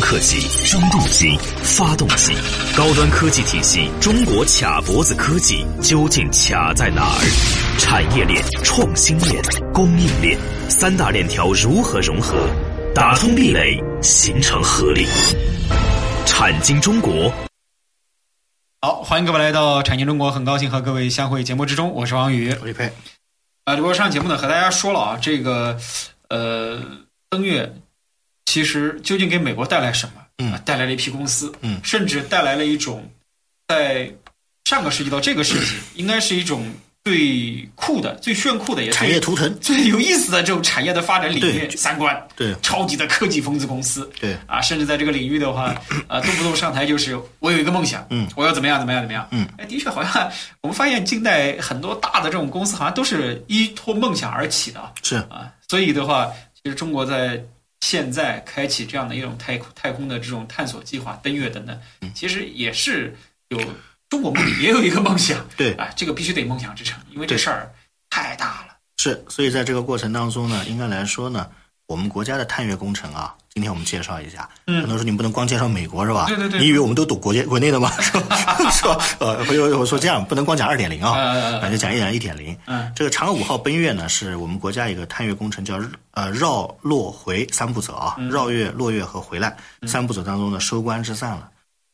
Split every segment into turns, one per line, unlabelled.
刻机、生动机、发动机，高端科技体系，中国卡脖子科技究竟卡在哪儿？产业链、创新链、供应链三大链条如何融合，打通壁垒，形成合力？产经中国。
好，欢迎各位来到《产经中国》，很高兴和各位相会节目之中，我是王宇。
我李佩，
啊，如果上节目呢，和大家说了啊，这个呃，登月其实究竟给美国带来什么？
嗯
啊，带来了一批公司，
嗯
甚至带来了一种在上个世纪到这个世纪，应该是一种最酷的、最炫酷的，也
产
最
业图腾，
最有意思的这种产业的发展理念
对
三观。
对
超级的科技疯子公司
对，
啊，甚至在这个领域的 话，啊，动不动上台就是我有一个梦想，
嗯，
我要怎么样怎么样怎么样，
嗯，
哎，的确好像我们发现近代很多大的这种公司好像都是依托梦想而起的
是
啊，所以的话，其实中国在现在开启这样的一种太空太空的这种探索计划，登月等等，
嗯
其实也是有中国梦里也有一个梦想，
对
啊，这个必须得梦想之城，因为这
对
事儿太大了，
是。所以在这个过程当中呢，应该来说呢，我们国家的探月工程啊，今天我们介绍一下。
嗯
很多时候你不能光介绍美国是吧？
对对对
你以为我们都懂国界国内的吗？ 是 吧？是吧？呃，我有我说这样，不能光讲二点零啊，
呃
啊，就讲一点一点零。
嗯
这个嫦娥五号奔月呢，是我们国家一个探月工程，叫呃绕落回三步走啊，
嗯
绕月、落月和回来三步走当中的收官之战了。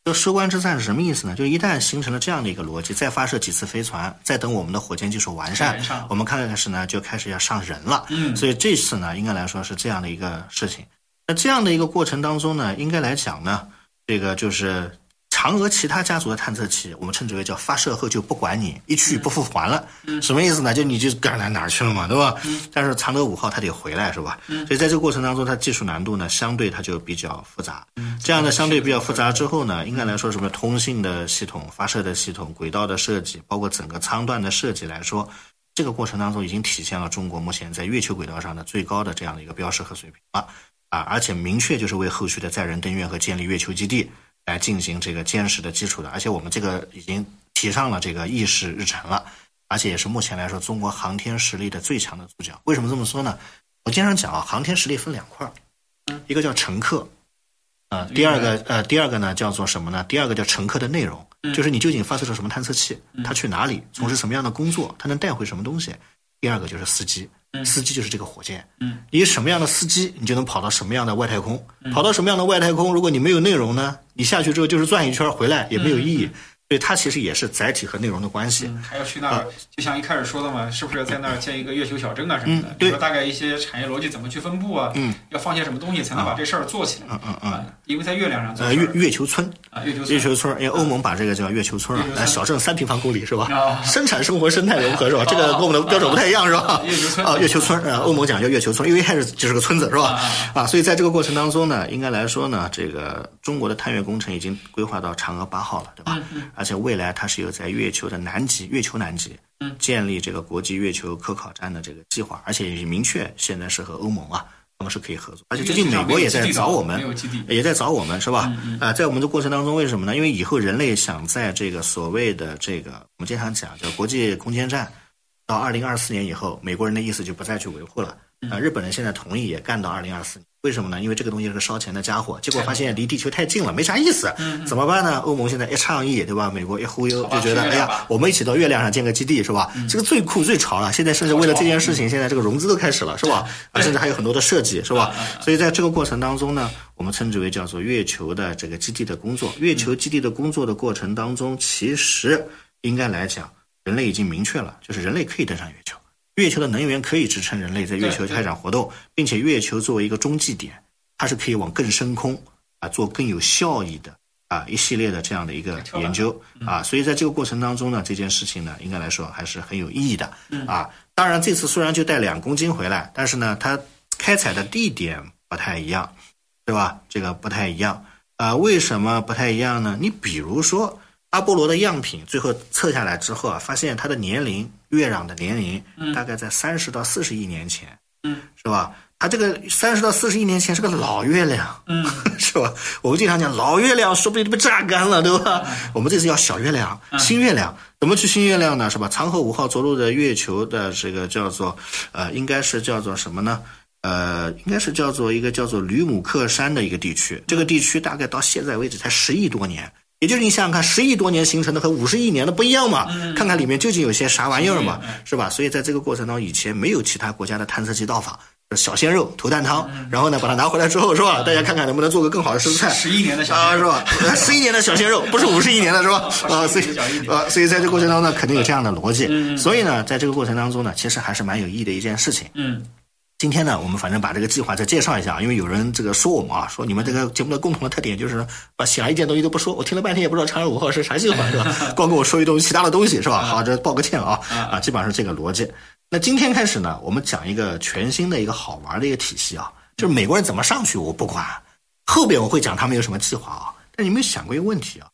这个收官之战是什么意思呢？就一旦形成了这样的一个逻辑，再发射几次飞船，再等我们的火箭技术完善
完善了，
我们开始呢就开始要上人了。
嗯
所以这次呢，应该来说是这样的一个事情。那这样的一个过程当中呢，应该来讲呢，这个就是嫦娥其他家族的探测器，我们称之为叫发射后就不管你，一去不复还了。什么意思呢？就你就干哪哪儿去了嘛，对吧？但是嫦娥五号它得回来是吧？所以在这个过程当中，它技术难度呢，相对它就比较复杂。这样的相对比较复杂之后呢，应该来说什么通信的系统、发射的系统、轨道的设计，包括整个舱段的设计来说，这个过程当中已经体现了中国目前在月球轨道上的最高的这样的一个标识和水平了啊！而且明确就是为后续的载人登月和建立月球基地来进行这个坚实的基础的，而且我们这个已经提上了这个议事日程了，而且也是目前来说中国航天实力的最强的主角。为什么这么说呢？我经常讲啊，航天实力分两块儿，一个叫乘客。啊，第二个呃，第二个呢叫做什么呢？第二个叫乘客的内容，就是你究竟发射了什么探测器，它去哪里，从事什么样的工作，它能带回什么东西。第二个就是司机，司机就是这个火箭，
嗯
你是什么样的司机，你就能跑到什么样的外太空。跑到什么样的外太空，如果你没有内容呢，你下去之后就是转一圈儿回来也没有意义。所以它其实也是载体和内容的关系。
嗯还要去那儿，就像一开始说的嘛，是不是在那儿建一个月球小镇啊什么的？
嗯
比
对
如说大概一些产业逻辑怎么去分布啊？
嗯，
要放些什么东西才能把这事儿做起来？
嗯嗯嗯
啊，因为在月亮上做
呃，
事
月
儿
月球村，
啊，月球
月
村
球村，因哎为欧盟把这个叫月球村啊
月球，村
哎，小镇三平方公里是吧
啊？哦
生产生活生态融合是吧？这个跟我们的标准不太一样是吧？
月球村
啊，月球村，呃，欧盟讲叫月球村，因为一开始就是个村子是吧
啊？
啊，所以在这个过程当中呢，应该来说呢，这个中国的探月工程已经规划到嫦娥八号了，对吧？
嗯
而且未来它是有在月球的南极，月球南极。
嗯
建立这个国际月球科考站的这个计划，而且也明确现在是和欧盟啊，他们是可以合作，而且最近美国也在找我们
没有基地，嗯
也在找我们，是吧？啊，在我们的过程当中，为什么呢？因为以后人类想在这个所谓的这个，我们经常讲叫国际空间站，到二零二四年以后，美国人的意思就不再去维护了。
嗯
啊，日本人现在同意也干到二零二四年，为什么呢？因为这个东西是个烧钱的家
嗯
伙，结果发现离地球太近了，没啥意思，怎么办呢？欧盟现在一倡议，对吧？美国一忽悠
好，吧
就觉得
去月
哎
亮
呀
吧，
我们一起到月亮上建个基地，是吧？
嗯
这个最酷最潮了。现在甚至为了这件事情，现在这个融资都开始了，是吧？啊，甚至还有很多的设计，是
嗯
吧？所以在这个过程当中呢，我们称之为叫做月球的这个基地的工作。月球
嗯
基地的工作的过程当中，其实应该来讲，人类已经明确了，就是人类可以登上月球。月球的能源可以支撑人类在月球
对对
开展活动，并且月球作为一个中继点，它是可以往更深空啊做更有效益的啊一系列的这样的一个
跳板
研究啊，所以在这个过程当中呢，这件事情呢，应该来说还是很有意义的啊。当然，这次虽然就带两公斤回来，但是呢，它开采的地点不太一样，对吧？这个不太一样啊、为什么不太一样呢？你比如说。阿波罗的样品最后测下来之后啊，发现它的年龄，月壤的年龄大概在三十到四十亿年前，
嗯，
是吧？它这个三十到四十亿年前是个老月亮，
嗯，
是吧？我们经常讲老月亮，说不定都被榨干了，对吧？我们这次要小月亮、新月亮，怎么去新月亮呢？是吧？长河五号着陆的月球的这个叫做，呃，应该是叫做什么呢？呃，应该是叫做一个叫做吕姆克山的一个地区。这个地区大概到现在为止才十亿多年，也就是你想想看，十亿多年形成的和五十亿年的不一样嘛，
嗯
看看里面究竟有些啥玩意儿嘛，是吧？所以在这个过程当中，以前没有其他国家的探测器到访。小鲜肉投蛋汤，
嗯
然后呢，把它拿回来之后，是吧？大家看看能不能做个更好的蔬菜。
十一年的小
啊，是吧？十一年的小鲜肉，不是五十一年的，是 吧？啊，所以啊，所以在这个过程当中呢，肯定有这样的逻
嗯
辑。所以呢，在这个过程当中呢，其实还是蛮有意义的一件事情。
嗯，
今天呢，我们反正把这个计划再介绍一下，因为有人这个说我们啊，说你们这个节目的共同的特点就是把显而易见的东西都不说，我听了半天也不知道长二五号是啥计划，是吧？光跟我说一堆其他的东西，是吧？好，这道个歉啊，啊，基本上是这个逻辑。那今天开始呢，我们讲一个全新的一个好玩的一个体系啊，就是美国人怎么上去我不管，后边我会讲他们有什么计划啊。但你有没有想过一个问题啊？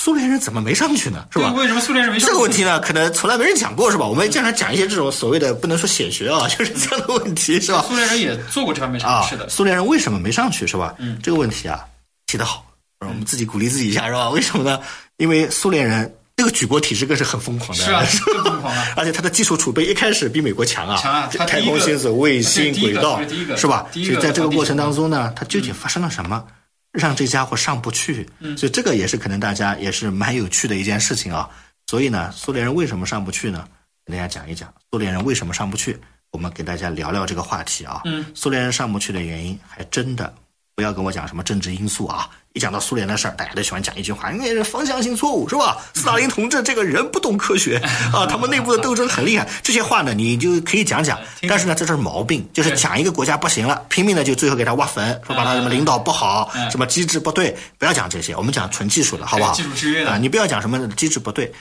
苏联人怎么没上去呢？是吧？
为什么苏联人没上
哎这个问题呢，可能从来没人讲过，是吧？我们也经常讲一些这种所谓的不能说显学啊， 就是这样的问题，是吧？
苏联人也做过这方面尝
啊，
试的，
苏联人为什么没上去，是吧？嗯，这个问题啊，提得好，让我
嗯
们自己鼓励自己一下，是吧？为什么呢？因为苏联人这个举国体制更是很疯狂的，
是啊，更疯狂了。
而且它的技术储备一开始比美国强啊，
强啊它
太
第一
空
个
行走、卫星、
这是第
轨
一个
道
这是第一，个
是吧？
第一
所以
个嗯
在这个
放地
过程
球
当中呢，它究竟发生了什么，让这家伙上不去？
嗯
所以这个也是可能大家也是蛮有趣的一件事情啊。所以呢，苏联人为什么上不去呢？跟大家讲一讲苏联人为什么上不去。我们给大家聊聊这个话题啊。
嗯，
苏联人上不去的原因，还真的不要跟我讲什么政治因素啊！一讲到苏联的事儿，大家都喜欢讲一句话，因为是方向性错误是吧？斯大林同志这个人不懂 科学啊，他们内部的斗争很厉害。这些话呢，你就可以讲讲，
听
但是呢，这是毛病，就是讲一个国家不行了，拼命的就最后给他挖坟，说把他什么领导不好，
嗯
什么机制不对，不要讲这些，我们讲纯技术的好不好？
技术制约的
啊，你不要讲什么机制不对。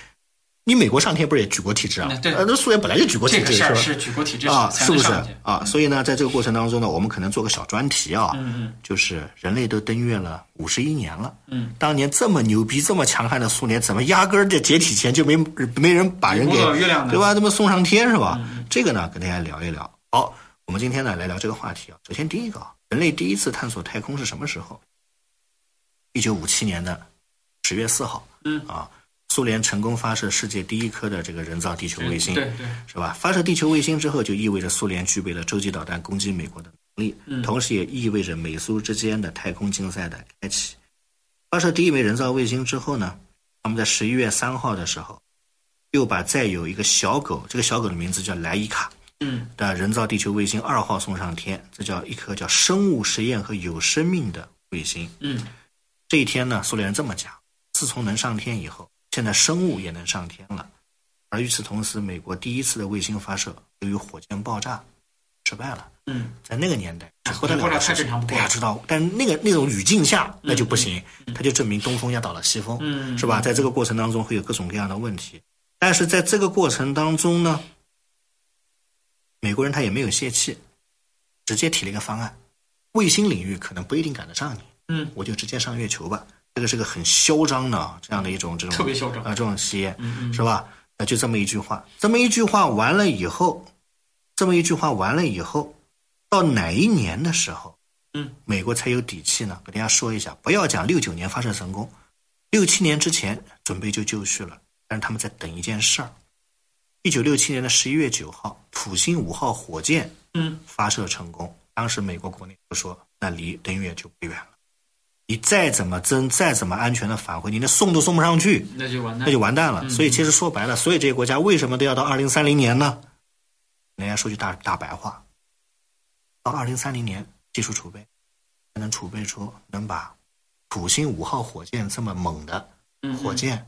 你美国上天不是也举国体制啊
嗯？对
呃那苏联本来就举国体
这
制
个事儿
吧？
是举国体制
啊，
才
是不
能
是
上去。
啊？所以呢，在这个过程当中呢，我们可能做个小专题啊，
嗯
就是人类都登月了五十一年了，
嗯，
当年这么牛逼、这么强悍的苏联，怎么压根儿在解体前就没没人把人给
摸到月亮呢嗯
对吧？他们送上天是吧？这个呢，跟大家聊一聊。好，我们今天呢来聊这个话题啊。首先第一个啊，人类第一次探索太空是什么时候？一九五七年的十月四号，
嗯
啊，苏联成功发射世界第一颗的这个人造地球卫星，
嗯对对，
是吧？发射地球卫星之后，就意味着苏联具备了洲际导弹攻击美国的能力，
嗯
同时也意味着美苏之间的太空竞赛的开启。发射第一枚人造卫星之后呢，他们在十一月三号的时候，又把载有一个小狗，这个小狗的名字叫莱伊卡
嗯
的人造地球卫星二号送上天，这叫一颗叫生物实验和有生命的卫星。
嗯
这一天呢，苏联人这么讲：自从能上天以后，现在生物也能上天了。而与此同时，美国第一次的卫星发射由于火箭爆炸失败了。
嗯，
在那个年代，这不
火箭
得了
爆炸
的事
太
情
正常不
大
过
家
了
知道。但那个那种语境下，那就不行，它就证明东风压倒了西风，
嗯
是吧？在这个过程当中，会有各种各样的问题。但是在这个过程当中呢，美国人他也没有泄气，直接提了一个方案：卫星领域可能不一定赶得上你，
嗯，
我就直接上月球吧。这个是个很嚣张的啊这样的一种这种
特别嚣张嗯
啊、这种企业，是吧？那就这么一句话，这么一句话完了以后，这么一句话完了以后，到哪一年的时候，
嗯，
美国才有底气呢？给大家说一下，不要讲六九年发射成功，六七年之前准备就就绪了，但是他们在等一件事儿。一九六七年的十一月九号，土星五号火箭
嗯
发射成功，当时美国国内就说，那离登月就不远了。你再怎么争，再怎么安全的返回，你那送都送不上去，
那就完蛋，
那就完蛋
嗯
了。所以其实说白了，所以这些国家为什么都要到二零三零年呢？人家说句大大白话，到二零三零年技术储备才能储备出能把土星五号火箭这么猛的火箭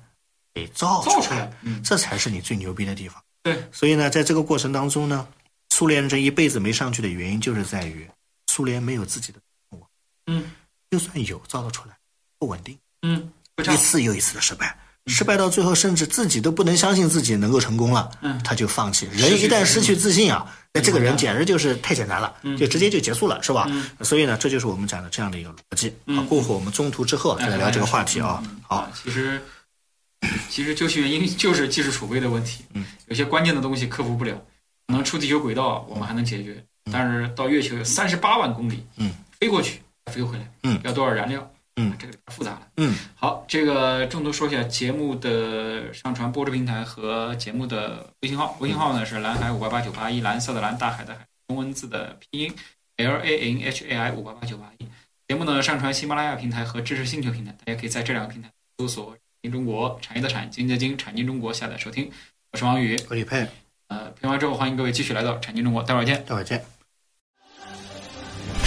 给造
嗯造
出
出来
来，，
嗯，
这才是你最牛逼的地方。
对，
所以呢，在这个过程当中呢，苏联这一辈子没上去的原因就是在于苏联没有自己的动力
嗯
就算有造得出来，不稳定。
嗯，不差
一，次又一次的失败，
嗯
失败到最后，甚至自己都不能相信自己能够成功了，
嗯
他就放弃。人
失去
一旦
信
失
心
去自信啊，那这个人简直就是太简单了，
嗯
就直接就结束了，是吧？所以呢，这就是我们讲的这样的一个逻辑。
嗯
好，过会我们中途之后啊再来聊这个话题啊。好，，
其实其实究其原因 就是技术储备的问题，嗯，有些关键的东西克服不了，可能出地球轨道我们还能解决，但是到月球三十八万公里，
嗯，
飞过去飞回来，
嗯
要多少燃料，啊
嗯
这个太复杂了。
嗯，
好，这个中途说一下节目的上传播出平台和节目的微信号。微信号呢是蓝海五八八九八一，蓝色的蓝，大海的海，中文字的拼音 L A N H A I 五八八九八一。节目呢上传喜马拉雅平台和知识星球平台，大家可以在这两个平台搜索“经中国”，产业的产，经济的经，产经中国下载收听。我是王宇，
我李佩，
呃，评完之后欢迎各位继续来到产经中国，待会儿见。
待会儿见。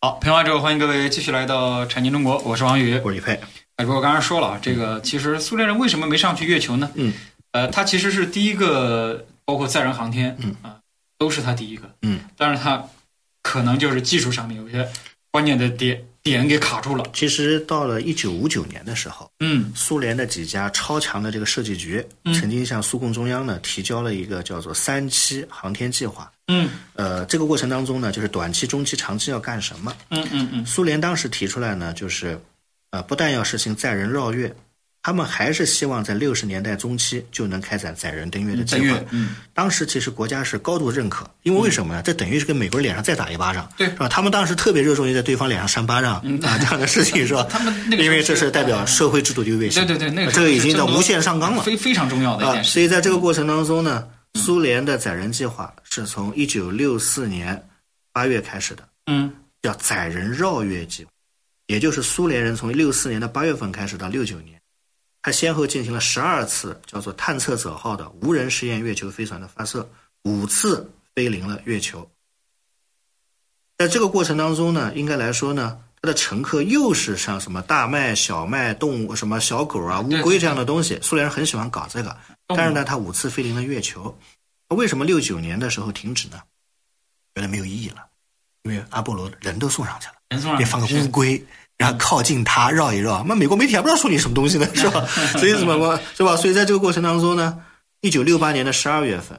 好，评完之后欢迎各位继续来到产经中国，我是王宇。
我是李佩，
哎，不过我刚才说了啊，这个其实苏联人为什么没上去月球呢？
嗯，
呃，他其实是第一个，包括载人航天，
嗯
啊、都是他第一个，
嗯，
但是他可能就是技术上面有些关键的点点给卡住了，
其实到了一九五九年的时候，
嗯
苏联的几家超强的这个设计局
嗯
曾经向苏共中央呢提交了一个叫做“三期航天计划”。
嗯
呃，这个过程当中呢，就是短期、中期、长期要干什么？
嗯嗯嗯
苏联当时提出来呢，就是呃，不但要实行载人绕月，他们还是希望在六十年代中期就能开展载人登月的
嗯，
计
登
划
月。，嗯
当时其实国家是高度认可，因为为什么呢？这等于是跟美国人脸上再打一巴掌，
对嗯
是吧？他们当时特别热衷于在对方脸上扇巴掌、啊这样的 事情，是吧？
他们那个时候
因为这
是
是代表社会制度的优越性，
对对对，那个时
啊这
候
个已经
是
叫
争夺
无限上纲了。
非非常嗯重要的一
啊，
件事。
所以在这个过程当中呢，苏联的载人计划是从一九六四年八月开始的，
嗯
叫载人绕月计划，也就是苏联人从六四年的八月份开始到六九年，他先后进行了十二次叫做“探测者号”的无人试验月球飞船的发射，五次飞临了月球。在这个过程当中呢，应该来说呢，它的乘客又是像什么大麦、小麦、动物、什么小狗啊、乌
对
龟这样的东西，苏联人很喜欢搞这个。
动物
但是呢，它五次飞临了月球，为什么六九年的时候停止呢？觉得没有意义了，因为阿波罗人都送上去了，
人送上
别放个乌龟，然后靠近它绕一绕，那美国媒体还不知道说你什么东西呢，是吧？所以怎么嘛，是吧？所以在这个过程当中呢，一九六八年的十二月份，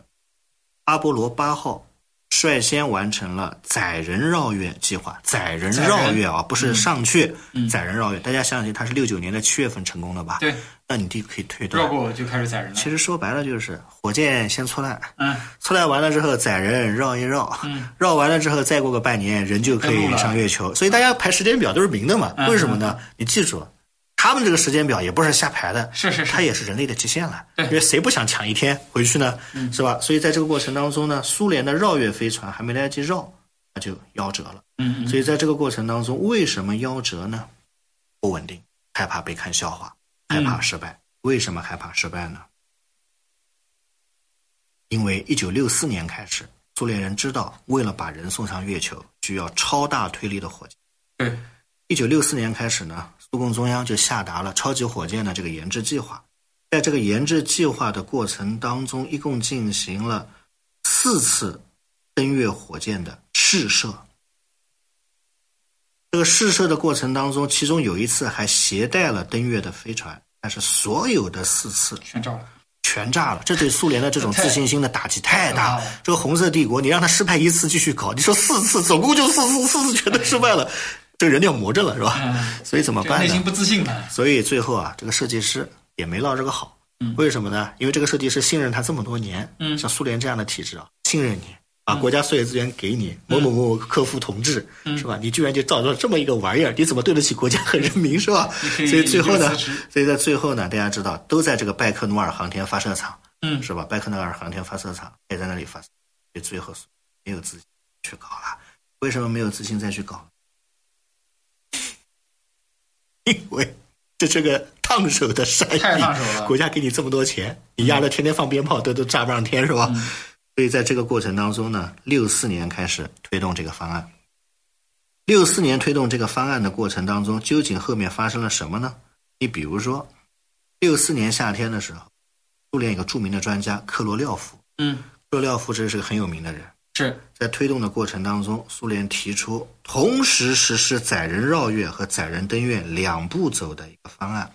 阿波罗八号。率先完成了载人绕月计划，载人绕月啊，不是上去，载人绕月。大家想想，它是六九年的七月份成功的吧？
对，
那你就可以推断
绕，过我就开始宰人了
其。实说白了就是火箭先出来，
嗯，
出来完了之后载人绕一绕，
嗯
绕完了之后再过个半年人就可以上月球，所以大家排时间表都是明的嘛。
嗯
为什么呢？你记住，他们这个时间表也不是瞎排的，
是是是
它也是人类的极限了。
对嗯
因为谁不想抢一天回去呢？是吧？所以在这个过程当中呢，苏联的绕月飞船还没来得及绕，它就夭折了。
嗯嗯
所以在这个过程当中，为什么夭折呢？不稳定，害怕被看笑话，
嗯
害怕失败。为什么害怕失败呢？因为一九六四年开始，苏联人知道，为了把人送上月球，需要超大推力的火箭。
对，
一九六四年开始呢，苏共中央就下达了超级火箭的这个研制计划。在这个研制计划的过程当中，一共进行了四次登月火箭的试射。这个试射的过程当中，其中有一次还携带了登月的飞船，但是所有的四次
全照了。
全炸了。这对苏联的这种自信心的打击太大了
太大了。
这个红色帝国，你让他失败一次继续搞，你说四次，总共就四次，四次全都失败了，这个人要魔怔了是吧？
嗯，
所以怎么
这
办
内心
呢？
不自信了。
所以最后啊，这个设计师也没落这个好。为什么呢？因为这个设计师信任他这么多年，
嗯
像苏联这样的体制啊，信任你，把国家所有资源给
嗯
你，某某某某客户同志，是吧？你居然就造出了这么一个玩意儿，你怎么对得起国家和人民，是吧？
你可
所
以
以最后呢
就辞职，
所以在最后呢，大家知道都在这个拜克努尔航天发射场，
嗯
是吧？拜克努尔航天发射场也在那里发射，所以最后没有自信去搞了。为什么没有自信再去搞？因为这是个烫手的山芋，
太烫手了
国家给你这么多钱，你丫的天天放鞭炮都都炸不上天是吧？
嗯
所以在这个过程当中呢，六四年开始推动这个方案。六四年推动这个方案的过程当中，究竟后面发生了什么呢？你比如说，六四年夏天的时候，苏联有个著名的专家克罗廖夫，
嗯，
克罗廖夫这是个很有名的人，
是
在推动的过程当中，苏联提出同时实施载人绕月和载人登月两步走的一个方案。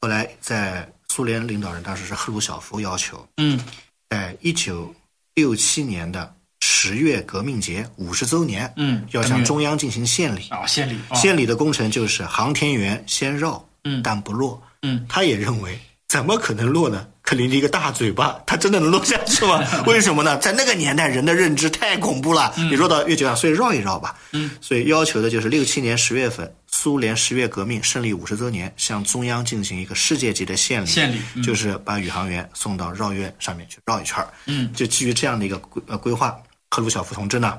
后来，在苏联领导人当时是赫鲁晓夫要求，
嗯
在一九六七年的十月革命节五十周年，
嗯
要向中央进行献礼。
啊，献礼，啊
献礼的工程就是航天员先绕，
嗯
但不落。
嗯，
他也认为怎么可能落呢？克林一个大嘴巴，他真的能落下 去吗？为什么呢？在那个年代，人的认知太恐怖了。
嗯
你落到月球上，所以绕一绕吧。嗯，所以要求的就是六七年十月份，苏联十月革命胜利五十周年，向中央进行一个世界级的献礼。
献礼嗯
就是把宇航员送到绕月上面去绕一圈儿。
嗯
就基于这样的一个规呃规划，赫鲁晓夫同志呢，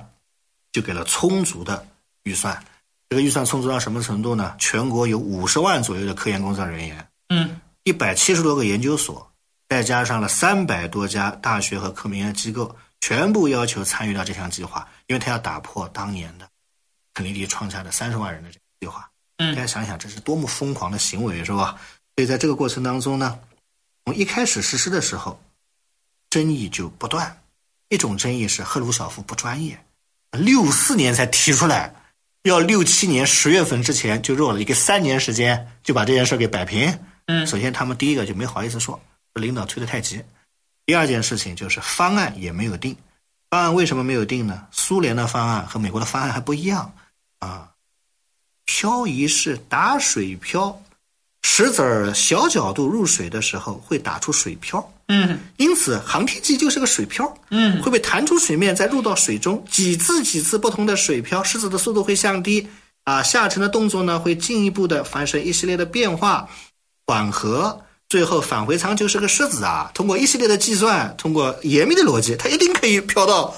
就给了充足的预算。这个预算充足到什么程度呢？全国有五十万左右的科研工作人员，
嗯
一百七十多个研究所，再加上了三百多家大学和科研机构，全部要求参与到这项计划，因为他要打破当年的肯尼迪创下的三十万人的这个计划。大
嗯
家想想，这是多么疯狂的行为，是吧？所以在这个过程当中呢，从一开始实施的时候，争议就不断。一种争议是赫鲁晓夫不专业，六四年才提出来，要六七年十月份之前就用了一个三年时间就把这件事给摆平。
嗯
首先他们第一个就没好意思说，说领导催得太急。第二件事情就是方案也没有定，方案为什么没有定呢？苏联的方案和美国的方案还不一样啊。漂移是打水漂，石子儿小角度入水的时候会打出水漂，
嗯
因此航天器就是个水漂，
嗯，
会被弹出水面，再入到水中，几次几次不同的水漂，石子的速度会降低，啊，下沉的动作呢会进一步的发生一系列的变化，缓和，最后返回舱就是个石子啊。通过一系列的计算，通过严密的逻辑，它一定可以飘到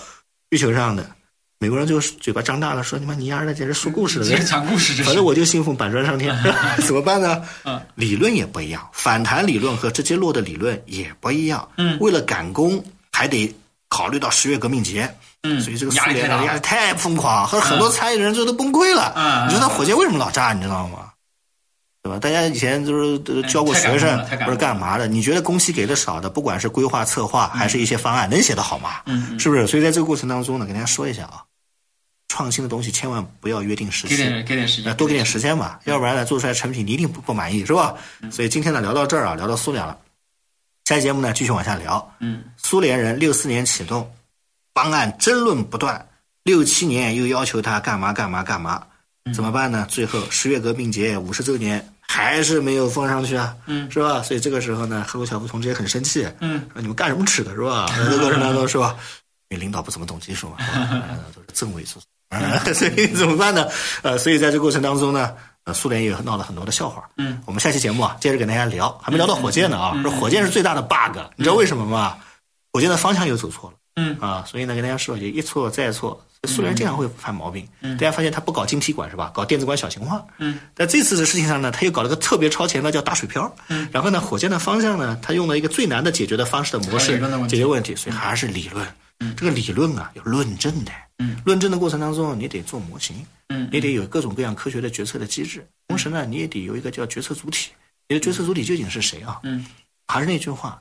地球上的。美国人就是嘴巴张大了，说你妈你丫的简直说 故事的
这
人
是。讲故事，这
反正
是，
我就信奉板砖 上天， 怎么办呢
嗯？
理论也不一样，反弹理论和直接落的理论也不一样。
嗯
为了赶工，还得考虑到十月革命节。
嗯
所以这个苏
压力太
联
大
的
了
压力太疯狂，和很多参与的人最后都崩溃了。
嗯嗯
你说他火箭为什么老炸？你知道吗？对吧？大家以前就是呃教过学生
嗯太感动了太感动了
或者干嘛的，你觉得工期给的少的，不管是规划策划还是一些方案，能写得好吗？
嗯
是不是？所以在这个过程当中呢，给大家说一下啊，创新的东西千万不要约定时
给
期，
点给点时
呃，
间，
多给点时间吧，要不然呢，做出来成品你一定不不满意，是吧？所以今天呢，聊到这儿啊，聊到苏联了，下期节目呢，继续往下聊。
嗯
苏联人六四年启动，方案争论不断，六七年又要求他干嘛干嘛干嘛，
嗯
怎么办呢？最后十月革命节五十周年还是没有放上去啊，
嗯
是吧？所以这个时候呢，赫鲁晓夫同志也很生气，
嗯
说你们干什么吃的是吧？在这过程当中是吧？因为领导不怎么懂技术嘛，是吧呃都是政委做，呃 所以怎么办呢？呃，所以在这过程当中呢，呃，苏联也闹了很多的笑话。
嗯，
我们下期节目啊，接着给大家聊，还没聊到火箭呢啊，这火箭是最大的 bug，你知道为什么吗？火箭的方向又走错了。
嗯
啊，所以呢，跟大家说，也一错再错。苏联人经常会犯毛病，大家发现他不搞晶体管是吧？搞电子管小型化。
嗯，
在这次的事情上呢，他又搞了个特别超前的叫打水漂。嗯，然后呢，火箭的方向呢，他用了一个最难的解决的方式的模
还有
式
理论的问题
解决问题，所以还是理论。这个理论啊，要论证的。
嗯，
论证的过程当中，你得做模型，
嗯
你得有各种各样科学的决策的机制，同时呢，你也得有一个叫决策主体。你的决策主体究竟是谁啊？
嗯
还是那句话，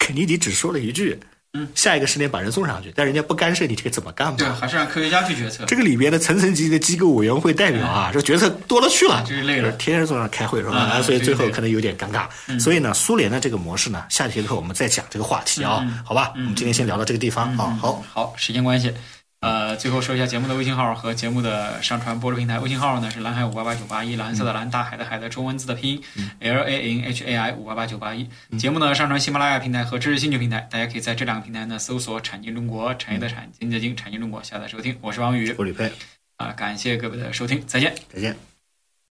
肯尼迪只说了一句：“
嗯，
下一个十年把人送上去。”但人家不干涉你这个怎么干
对，啊
嘛？
还是让科学家去决策，
这个里边的层层级的机构委员会代表
嗯
啊，这决策多了去了，
真是累了
天天坐那儿开会是吧？
嗯
啊所以
对
最后
对
可能有点尴尬。
嗯
所以呢，苏联的这个模式呢，下节课我们再讲这个话题
嗯
啊，好吧？我们今天先聊到这个地方啊，好。
好，时间关系，呃，最后说一下节目的微信号和节目的上传播出平台。微信号呢是蓝海五八八九八一，蓝色的蓝，大海的海的中文字的拼音、L A N H A I 五八八九八一。节目呢上传喜马拉雅平台和知识星球平台，大家可以在这两个平台呢搜索“产经中国”，产业的产，经济的经，产经中国下载收听。我是王宇
我李佩，
啊、感谢各位的收听，再见。
再见。